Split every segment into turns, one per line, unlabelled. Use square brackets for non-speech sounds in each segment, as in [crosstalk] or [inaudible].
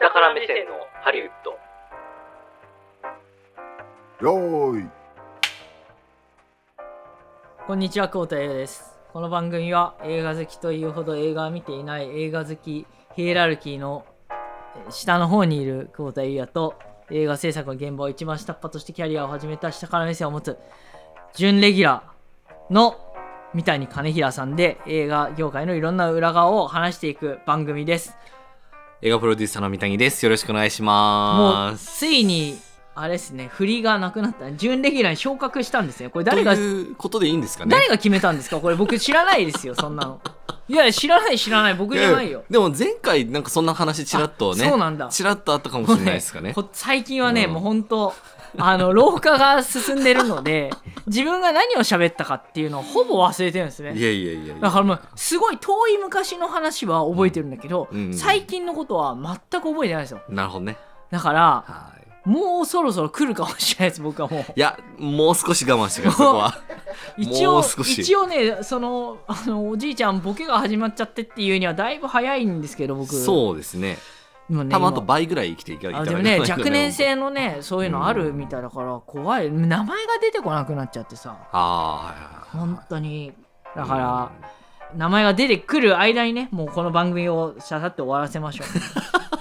下から目線のハリウッド
よーい
こんにちは、久保田優です。この番組は映画好きというほど映画を見ていない映画好きヒエラルキーのえー下の方にいる久保田優也と映画制作の現場を一番下っ端としてキャリアを始めた下から目線を持つ準レギュラーの三谷兼平さんで映画業界のいろんな裏側を話していく番組です。
映画プロデューサーの三谷です。よろしくお願いし
も
ま
う
す。
ついにあれですね、振りがなくなった。準レギュラーに昇格したんですね。これ誰が
ということでいいんですかね。
誰が決めたんですかこれ僕知らないですよ
[laughs]
そんなのいや知らない知らない僕じゃないよ
やでも前回なんかそんな話ちらっとね。
あそうなんだ
ちらっとあったかもしれないですかね。
こ最近はね、
うん
もう本当あの老化が進んでるので [laughs] 自分が何を喋ったかっていうのをほぼ忘れてるんです
い
ね
やいやいやい
だ
や。
からもうすごい遠い昔の話は覚えてるんだけど、
うんうん
最近のことは全く覚えてないんですよ
なるほどね。
だから
はい。
もうそろそろ来るかもしれないです僕はもう
いや、もう少し我慢してく
[laughs]
ださい、そこは。
一応
もう少し
一応ねそのあのおじいちゃんボケが始まっちゃってっていうにはだいぶ早いんですけど僕
そうですね。
もうね
多分あと
今
倍ぐらい生きていただ
あ
い
で
た
も
ら
ね
[laughs]
若年。性のねそういうのあるみたいだから怖い名前が出てこなくなっちゃってさ
ああ、はいはい
本
は
当に
い。
だから名前が出てくる間にねもうこの番組をささって終わらせましょ
[laughs]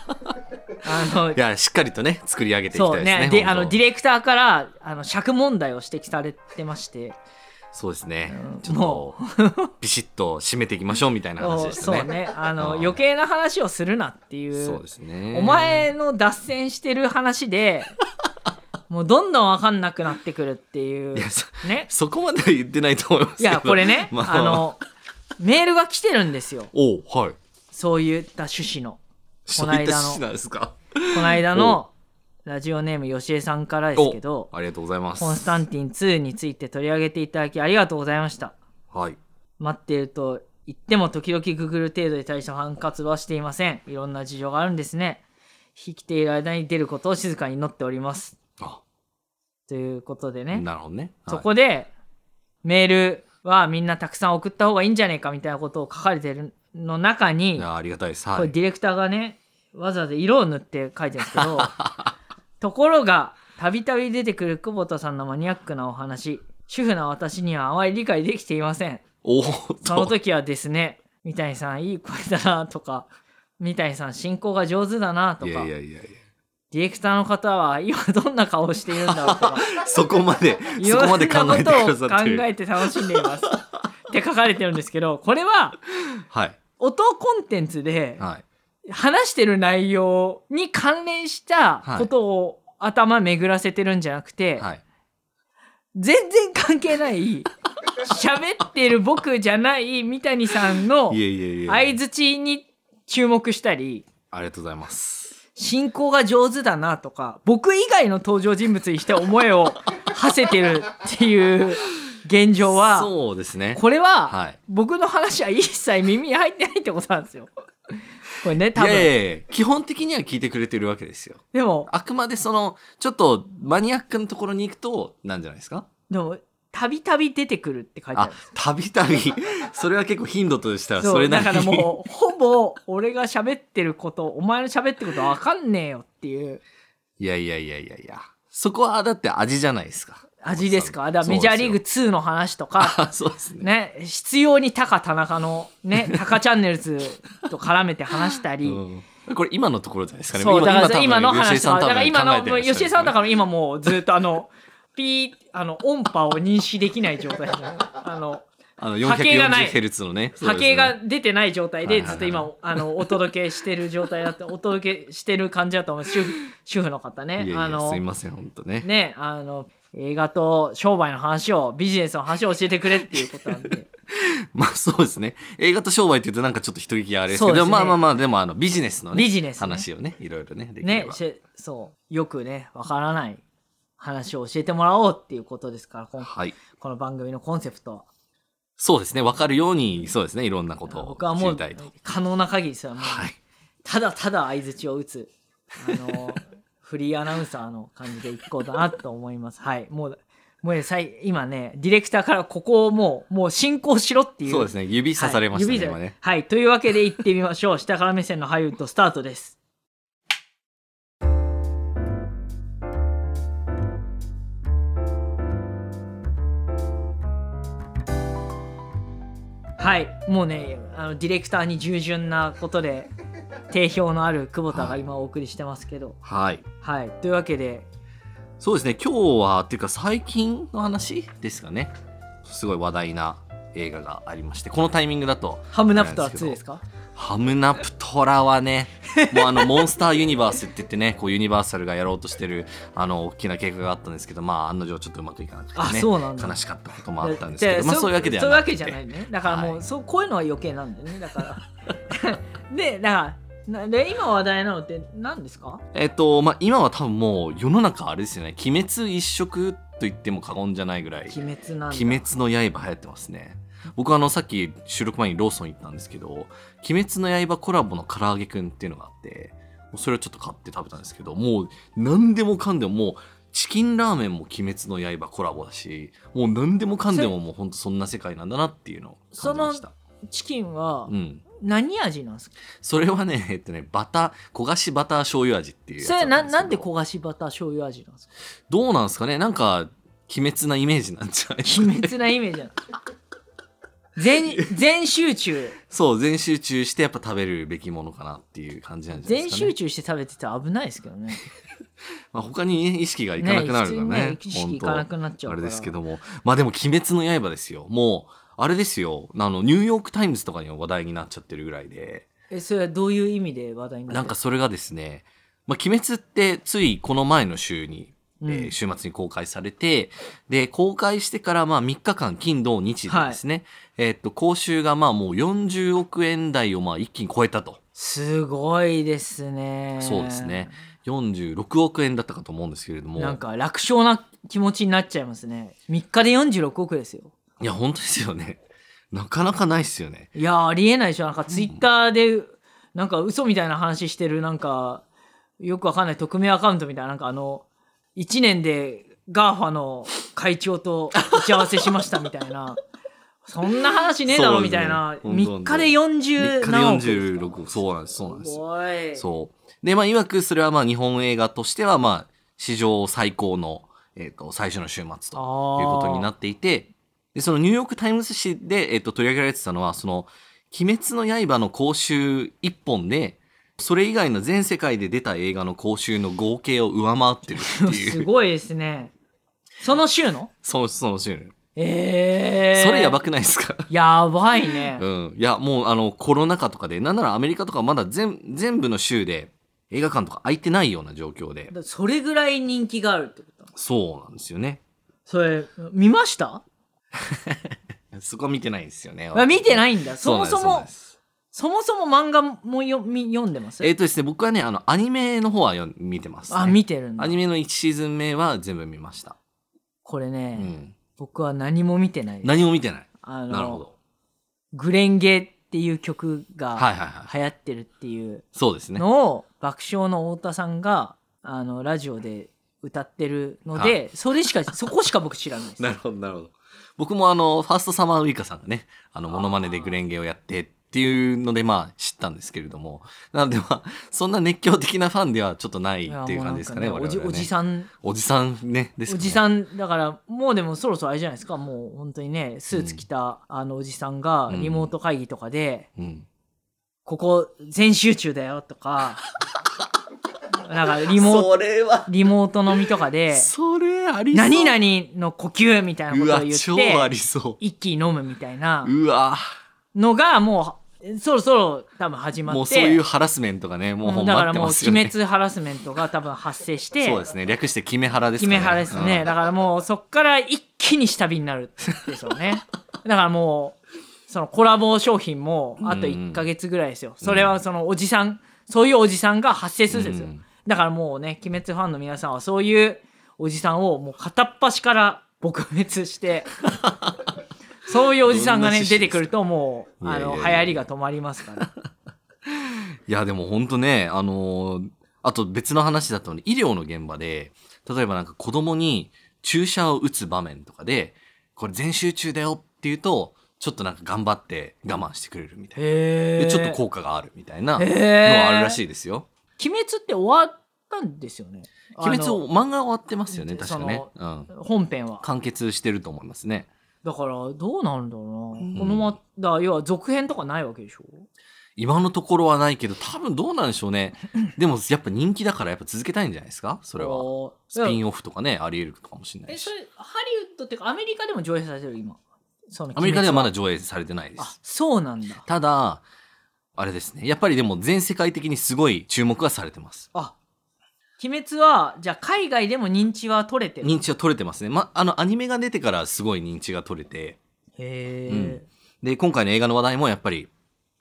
うあの
いや、しっかりとね、作り上げていき
そ
た
う
いです
ね
ね。
で
本
あ
当
のディレクターからあの尺問題を指摘されてまして
そうですね
うん。
ちょっと、ビシッと締めていきましょうみたいな話でし
[laughs]
た
そう
ね。
ねあの
うん
余計な話をするなっていう
そうですね。
お前の脱線してる話で
[laughs]
もうどんどん分かんなくなってくるっていう
いやそ
ね
そこまでは言ってないと思います
い
けど。、
や、これね
ま
あ、の、メールが来てるんですよ。
おうはい。
そういった趣旨の。
そういった趣旨なんですか。
この間の、ラジオネームよしえさんからですけど、
ありがとうございます。
コンスタンティン2について取り上げていただきありがとうございました。
はい。
待っていると言っても時々ググる程度で大した反活はしていません。いろんな事情があるんですね。生きている間に出ることを静かに祈っております。
あ、
ということでね。
なるほどね。はい
そこで、メールはみんなたくさん送った方がいいんじゃねえかみたいなことを書かれてるの中に、
いやありがたいです。
こ
は
れ
い。
ディレクターがねわざわざ色を塗って書いてるんですけ
[laughs]
どところがたびたび出てくる久保田さんのマニアックなお話主婦な私にはあまり理解できていません
おーっと
その時はですね三谷さんいい声だなとか三谷さん進行が上手だなと
い
か
やいやいやい
ディレクターの方は今どんな顔をしているんだろうとか
や。そこまで、
[laughs] い
[laughs] そこ
ろ
ま
んな
で考えてく
こ
だ
と
さ
を
っ
考
てる。
えて楽しんでいますって書かれてるんですけどこれは
はい。
音コンテンツで
はい。
話してる内容に関連したことを頭巡らせてるんじゃなくて、
はい。
全然関係ない
[laughs]
喋ってる僕じゃない三谷さんの
いやいやいや。
相づちに注目したり
ありがとうございます。
進行が上手だなとか僕以外の登場人物にして思いを馳せてるっていう現状は
そうですね。
これは、
はい
僕の話は一切耳に入ってないってことなんですよ。これね
い
多分
やいやいや基本的には聞いてくれてるわけですよ。
でも
あくまでその、ちょっとマニアックなところに行くと、なんじゃないですか
でも、たびたび出てくるって書いてあ
あ
る。、
たびたび、 [laughs] それは結構頻度としたら、
そう
それな
だ
り
か
に。
らもう、ほぼ、俺が喋ってること、お前の喋ってることわかんねえよっていう
[laughs] いやいやいやいやいや。そこはだって味じゃないですか。 [laughs]
味ですか。だから
そうで
メ
す
ジ
よ
ャーリーグ2の話とか、
あそうです [laughs] ね。
ね、必要にタカ田中の、
[laughs]
ね、タカチャンネルズと絡めて話したり、
うんこれ今のところじゃないですかね。
そう、だから今の
吉江
話と
さ
か、
ん多
だ
分
から今
考え
の、
てらっしゃる
吉江さんだから今もうずっとあの、ピー、あの、音波を認識できない状態で、あの、
あの
波形がない
440Hz のね。そう
波
ですね
形が出てない状態
は
で
いはいは
ず
い
っと今、あのお届けしてる状態だって [laughs] お届けしてる感じだと思う主婦主婦の方ね
いやいや
あの
すいません、本当ね。
ねあの映画と商売の話をビジネスの話を教えてくれっていうこと
[laughs]
なんで
まあそうですね。映画と商売って言うとなんかちょっと人聞きがあれですけ
そうで
ど、
すね
まあまあまあ、でもあのビジネスのね。
ビジネスね
話をね、いろいろね、できれ
ね
ば。
しそうよくねわからない話を教えてもらおうっていうことですから
[laughs]
こん
はい。
この番組のコンセプトは
そうですね。わかるように、そうですね。いろんなことを
僕はも
知り
う
たいと。
可能な限りですよもう
はい。
ただただ相づちを打つ、あの、フリーアナウンサーの感じでいこうだなと思います。はい。もう、もうねさい今ね、ディレクターからここをもう、もう進行しろっていう。
そうです
ね。
ね。指刺されましたね、
はい、
今ね。 [laughs]
はい。というわけで行ってみましょう。下から目線のハリウッドスタートです。はいもうねあのディレクターに従順なことで定評のある久保田が今お送りしてますけ
[laughs]
ど
はい。
はい、というわけで
そうですね、今日は、っていうか最近の話ですかね。すごい話題な映画がありまして、このタイミングだと、
ハムナプトは2ですか
ハムナプトラは
[laughs]
ね、もうあの、モンスターユニバースって言ってね、こう、ユニバーサルがやろうとしてる、あの、大きな計画があったんですけど、まあ、案の定ちょっとうまくいかなくてね。
あそうなんだ
悲しかったこともあったんですけ
で
ど、まあ、そういうわけではなくて。
そういうわけじゃないねだからもう、
はい
そうこういうのは余計なんだよねだから
[laughs]
でだからなで今話題なのって何ですか
えっと、まあ、今は多分もう世の中あれですよね、鬼滅一色と言っても過言じゃないぐらい、
鬼滅なんだ
鬼滅の刃流行ってますね。僕あの、さっき収録前にローソン行ったんですけど、鬼滅の刃コラボの唐揚げくんっていうのがあって、もうそれをちょっと買って食べたんですけど、もう何でもかんでももう、チキンラーメンも鬼滅の刃コラボだし、もう何でもかんでももう本当そんな世界なんだなっていうのを感じました。
チキンは
うん。
何味なんですか、
それはね、えっとね、バター、焦がしバター醤油味っていうやつ
それなん
なですけど
なんで焦がしバター醤油味なんですか
どうなんですかねなんか、鬼滅なイメージなんじゃないですかね
鬼滅なイメージなの全全集中
そう、全集中してやっぱ食べるべきものかなっていう感じなんじゃないで
全
すかね。
集中して食べてたら危ないですけどね
まあ、他にね意識がいかなくなるからね。
ね普通にね意識いかなくなっちゃう
あ
から
れですけども。まあでも、鬼滅の刃ですよ。もう、あれですよ。あの、ニューヨークタイムズとかにも話題になっちゃってるぐらいで。
えそれはどういう意味で話題になって
なんかそれがですね、まあ、鬼滅ってついこの前の週に、
うん
えー週末に公開されて、で、公開してからまあ3日間、金、土、日でですね、えーっと、講習がまあもう40億円台をまあ一気に超えたと。
すごいですね
そうですね。46億円だったかと思うんですけれども。
なんか楽勝な気持ちになっちゃいますね3日で46億ですよ
いや、本当ですよね。 [laughs] なかなかないですよね。
いやーありえないでしょなんかツイッターでなんか嘘みたいな話してるなんかよくわかんない匿名アカウントみたいななんかあの1年で GAFA の会長と打ち合わせしましたみたいなそんな話ねえだろみたいな、
そうですね
3日で
3
40何億
日で46億。そうなんです、そうなんですす。
ごい
そう。で、まあ、いわくそれはまあ、日本映画としてはまあ、史上最高の、えっ、と、最初の週末と
あー
いうことになっていて、で、そのニューヨークタイムズ紙で、えっ、と、取り上げられてたのは、その、鬼滅の刃の講習一本で、それ以外の全世界で出た映画の講習の合計を上回ってるってい
[laughs] す
う。
ごいですねその週の
その、その週に。
ええー、
それやばくないで
[laughs]
すか
やばいね、
うん。いや、もうあの、コロナ禍とかで、なんならアメリカとかまだ全、全部の州で映画館とか空いてないような状況で。
だそれぐらい人気があるってこと
そうなんですよね。
それ見ました
そこは見てないんですよね。。
あ見てないいんだ
そ
そう
なん
も
です
そ
そうなん
も
です
そもそも漫画もよみ読んでます
えっ、とですね、僕はね、あの、アニメの方はよ見てます、ね。
あ見てるんだ
アニメの1シーズン目は全部見ました。
これ
う
ね、
ん。
僕は何も見てないです
何も見てない。
あの
なるほど。
グレンゲっていう曲
はい
が
はいはい。
流行ってるっていう
そうですね。
のを爆笑の太田さんがあのラジオで歌ってるので、
は
それしかそこしか僕知らないです
なるほど、なるほど。僕もあの、ファーストサマーウイカさんがね、あの、モノマネでグレンゲをやってっていうので、まあ、知ったんですけれども、なので、まあ、そんな熱狂的なファンではちょっとないっていう感じですかね、
いやもう
我
なん
々はね
おじおじさん
おじさんね、です
おじ
ん。
さんだからもうでもそろそろあれじゃないですかもう本当にねスーツ着た、あのおじさんが
うん
リモート会議とかで、
うん。
ここ全集中だよとか [laughs] なんかリモート
れは、
リモート飲みとかで
それありそう。
何々の呼吸みたいなこ
う
とを
わ、
言
超
っ
あ
て
りそ
一気に飲むみたいな
う。うわ、
のがもうそろそろ多分始まって
もうそういうハラスメントがね、もう
うん
ほん
だか
ま
ら
って
もう
ます
鬼
よね。
滅ハラスメントが多分発生して
そうですね、略してキメハラです
決
かね。
め派ですね、だからもうそっから一気に下火になるでしょうねだからもうそのコラボ商品もあと
うんうん
1か月ぐらいですよ、それはそのおじさんそういうおじさんが発生するんですよ、
うん
だからもうね鬼滅ファンの皆さんはそういうおじさんをもう片っ端から撲滅して
[laughs]
そういうおじさんが
どんな
ね
趣
出
旨
てくるともう
いや
あ
いやい
の
や
流行りが止まりますから
いや、でも本当ね、あのーあと別の話だったのに、医療の現場で、例えばなんか子供に注射を打つ場面とかで、これ全集中だよって言うと、ちょっとなんか頑張って我慢してくれるみたいな。
へ
で、
え
ちょっと効果があるみたいなの
へ
が
ー
あるらしいですよ。
鬼滅って終わったんですよね
鬼滅
あの
を、漫画終わってますよね、
で
確かね。うん。
本編は
完結してると思いますね。
だからどうなるんだろうな、
うん
このまだから要は続編とかないわけでしょ
今のところはないけど、多分どうなんでしょうね。でもやっぱ人気だからやっぱ続けたいんじゃないですかそれは。スピン
オ
オフとかね、あり得るかもしれない
え
し
そ。れハリウッドっていうかアメリカでも上映されてる今その
アメリカではまだ
鬼
上映されてないで
滅はあ
す。
そうなんだ
ただ、あれですね。やっぱりでも全世界的にすごい注目はされてます。
あ鬼滅はじゃあ海外でも認知は取れてる
認知は取れてますね。ま、あの、アニメが出てからすごい認知が取れて。
へえ、
うんで、今回の映画の話題もやっぱり、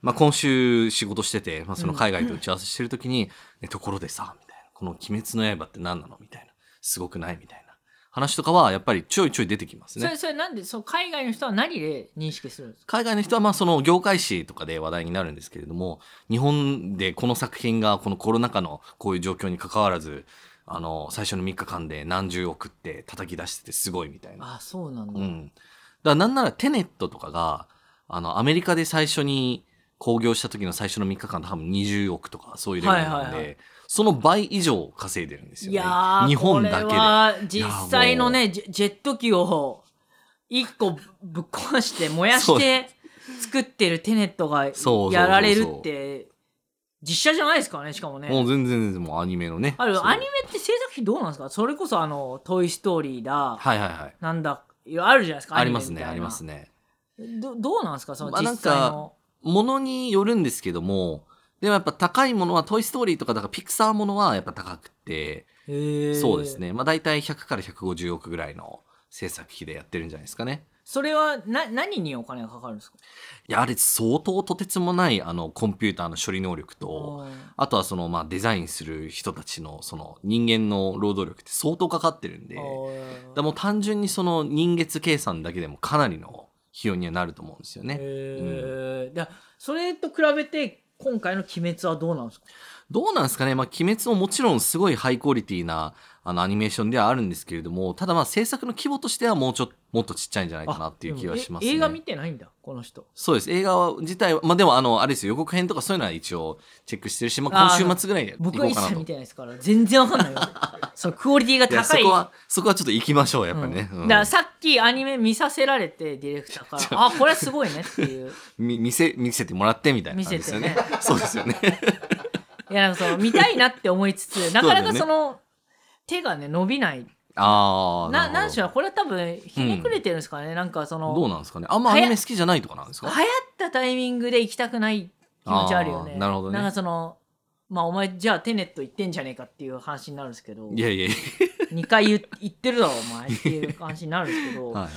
まあ、今週仕事してて、まあ、その海外と打ち合わせしてる時に、ねところでさ、みたいな。この鬼滅の刃って何なのみたいな。すごくないみたいな。話とかはやっぱりちょいちょい出てきます
それ
ね。
それなんでその海外の人は何で認識するんですか
海外の人はまあその業界誌とかで話題になるんですけれども、日本でこの作品がこのコロナ禍のこういう状況に関わらず、あの、最初の3日間で何十億って叩き出しててすごいみたいな。
あそうなんだ、
うん。だからなんならテネットとかが、あの、アメリカで最初に興行した時の最初の3日間多分20億とかそういうレベルなんで、
はいはいは
その倍以上稼いでるんですよ
い
ね。
やー
日本だけ
こ
で
れ。は実際のねジェジェット機を一個ぶっ壊して燃や
そう
して作ってるテネットが
そうそうそうそう
やられるって実写じゃないですからねしかもね
もう全然全然もうアニメのね。
ある
そう
アニメって制作費どうなんですかそれこそあの「トイ・ストーリーだ」
はいはいはい。
なんだいろいろあるじゃないですか
ありますね、
ア
あ
ニ
り
メみ
ま
た
す
い
ね。
などどうなんですかその
まあ
実際の、
ものによるんですけども、でもやっぱ高いものは、トイ・ストーリーとか、だからピクサーものはやっぱ高くて、
へー
そうですね。まあ大体100から150億ぐらいの制作費でやってるんじゃないですかね。
それはな何にお金がかかるんですか
いや、あれ相当とてつもない、あの、コンピューターの処理能力と、あとはその、まあデザインする人たちの、その人間の労働力って相当かかってるんで、
あ
だか
ー
らもう単純にその人月計算だけでもかなりの費用にはなると思うんですよね。
へえ、だそれと比べて今回の「鬼滅」はどうなんですか
どうなんですかね、まあ、鬼滅ももちろんすごいハイクオリティなあのアニメーションではあるんですけれども、ただまあ制作の規模としてはもうちょっと、もっとちっちゃいんじゃないかなっていう気はしますね。
でもえ映画見てないんだこの人
そうです。映画は自体は、まあでもあの、あれですよ、予告編とかそういうのは一応チェックしてるし、まあ
あー
今週末ぐらいで行こう
僕
か
は
な
一
と。
切見てないですから全然わかんない
[laughs]
よそのクオリティが
いやそ
高い
こは、そこはちょっと行きましょう、やっぱりね。
うん
うん
だからさっきアニメ見させられてディレクタ
[laughs]
ーからあこれはすごいねっていう
み見せ、見せてもらってみたいな感じですよね。
見せ
[laughs] そうで
[laughs]
すよね。
いやなんかその見たいなって思いつ
[laughs]
つなかなかその手がね伸びない
ああ。
ななんし
しょ
ょうこれは多分ひねくれてるんですかね、なんかその
どうなんですかね。あんまアニメ好きじゃないとかなんです
流
か
行ったタイミングで行きたくない気持ちあるよね
あーなるほどね
なんかそのまあお前じゃあテネット行ってんじゃねえかっていう話になるんですけど
いやいやい
2回言言ってるだろお前っていう話になるんですけど、
や。 [laughs] はい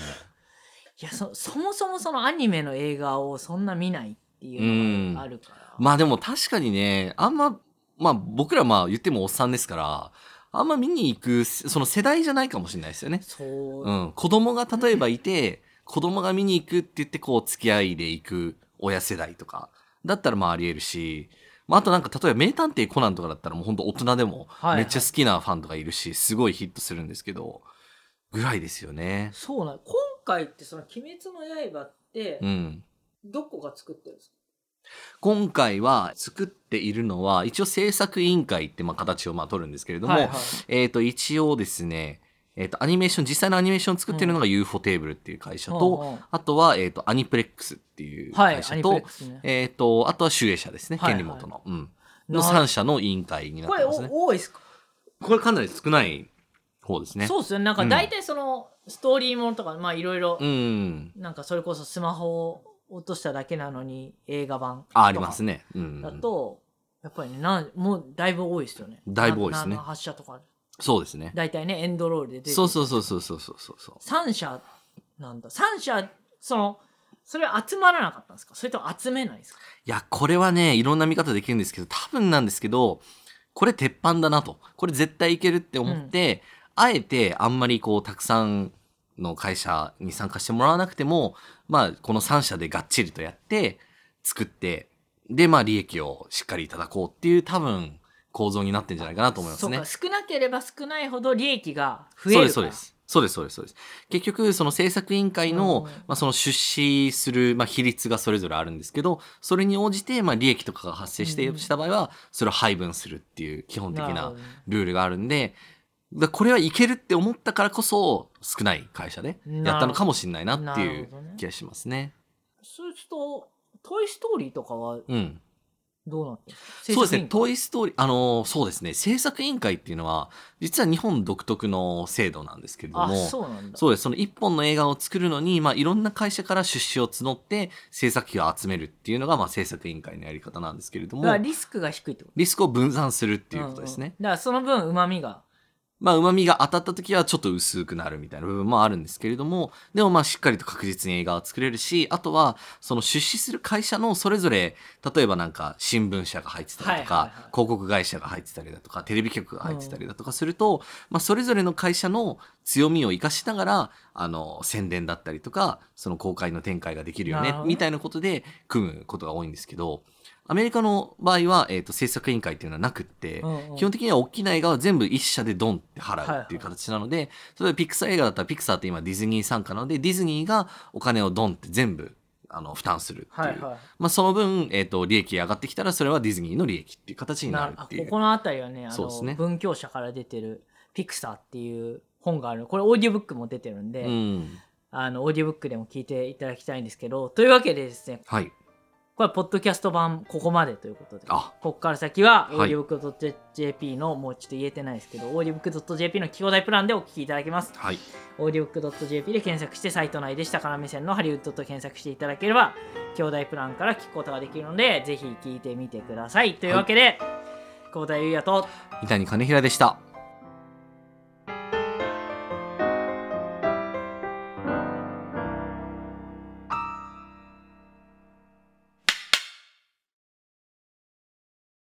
いやそそもそもそのアニメの映画をそんな見ないっていうのがあるから、
まあでも確かにね、あんま、まあ僕らまあ言ってもおっさんですから、あんま見に行く、その世代じゃないかもしれないですよね。
そう、
うん。子供が例えばいて、子供が見に行くって言ってこう付き合いで行く親世代とか、だったらまああり得るし、まああとなんか例えば名探偵コナンとかだったらもう本当大人でも
はい
めっちゃ好きなファンとかいるし、すごいヒットするんですけど、ぐらいですよね。
そうなん今回ってその「鬼滅の刃」って
うん。
どこが作ってるんですか、
今回は作っているのは、一応制作委員会ってまあ形をまあ取るんですけれども、
はいはい
えっ、と、一応ですね、えっ、と、アニメーション、実際のアニメーションを作ってるのが UFO テーブルっていう会社と、
うんうん
あとは、えっ、と、アニプレックスっていう
はい
会
ア
社
ニプ
と、
レックスね
えっ、と、あとは集英社ですね、
はいはい
権利元の。うん。
な
の3社の委員会になっ
こ
て
れ
ますね。
お多いですか
これかなり少ない方ですね。
そうですよねなんか大体そのストーリーものとかまあいろいろ
うん。
なんかそれこそスマホを落としただけなのに映画版
あ、あります
ね
ね。うん。
だとやっぱりねなんもうだいぶ多いですよね
だいぶ多いですね
なな発射とか
そうですね。
大体ねエンドロールで出て
そうそうそうそうそうそうそう。
3社なんだ3社そのそれは集まらなかったんですかそれとも集めないですか
いや、これはね、いろんな見方できるんですけど、多分なんですけど、これ鉄板だなと。これ絶対いけるって思って、あえてあんまりこう、たくさんの会社に参加してもらわなくても、まあ、この3社でがっちりとやって、作って、で、まあ、利益をしっかりいただこうっていう、多分、構造になってんじゃないかなと思いますね。
そうか少なければ少ないほど利益が増え
そう
るから
です、そうです。そうです、そうです、そうです。結局、その制作委員会の、
うん
まあ、その出資する、まあ、比率がそれぞれあるんですけど、それに応じて、まあ、利益とかが発生して、
うん
した場合は、それを配分するっていう基本的
るほ
な
どね
ルールがあるんで、だからこれはいけるって思ったからこそ少ない会社でやったのかもしれないなってい
なる
う
ほどね
気がしますね。
そうすると、トイ・ストーリーとかは
うん。
どうなってるんですか
そうです
制
ね。
作委員会
トイストーリー、あのーそうですね。制作委員会っていうのは、実は日本独特の制度なんですけれども、
あ、そうなんだ。
そうです。その一本の映画を作るのに、まあ、いろんな会社から出資を募って制作費を集めるっていうのが、まあ、制作委員会のやり方なんですけれど
だ
も
か、らリスクが低いってこと
リスクを分散するっていうことですね。
んんだからその分、うまみが。
まあ、旨味が当たった時はちょっと薄くなるみたいな部分もあるんですけれども、でもまあ、しっかりと確実に映画は作れるし、あとは、その出資する会社のそれぞれ、例えばなんか、新聞社が入ってたりとか、
はいはいはい
広告会社が入ってたりだとか、テレビ局が入ってたりだとかすると、まあ、それぞれの会社の強みを活かしながら、あの、宣伝だったりとか、その公開の展開ができるよ
な
ね
るほど、ね
みたいなことで組むことが多いんですけど、アメリカの場合は、えっ、と、制作委員会っていうのはなくって、
うんうん
基本的には大きな映画は全部一社でドンって払うっていう形なので、例えばピクサー映画だったらピクサーって今ディズニー傘下なのでディズニーがお金をドンって全部あの負担するっていう、
はいは
まあ、その分、えっと利益が上がってきたらそれはディズニーの利益っていう形
い。
に
な
な
る
る
あ
ってい
こ
う
このあたりはね、あ
そうです
の、
ね
文教社から出てる、ピクサーっていう本がある。これ、オーディオブックも出てるんで、
うん
あの、オーディオブックでも聞いていただきたいんですけど、というわけでですね、
はい
これ、ポッドキャスト版、ここまでということで、
あ
ここから先は、オ
は
ー
い
ディオブック .jp の、もうちょっと言えてないですけど、オーディオブック .jp の企業大プランでお聞きいただけます。
はい
オーディオブック .jp で検索してサイト内で下から目線のハリウッドと検索していただければ兄弟プランから聞くことができるのでぜひ聞いてみてくださいというわけで、久保田優也と
三谷兼平でした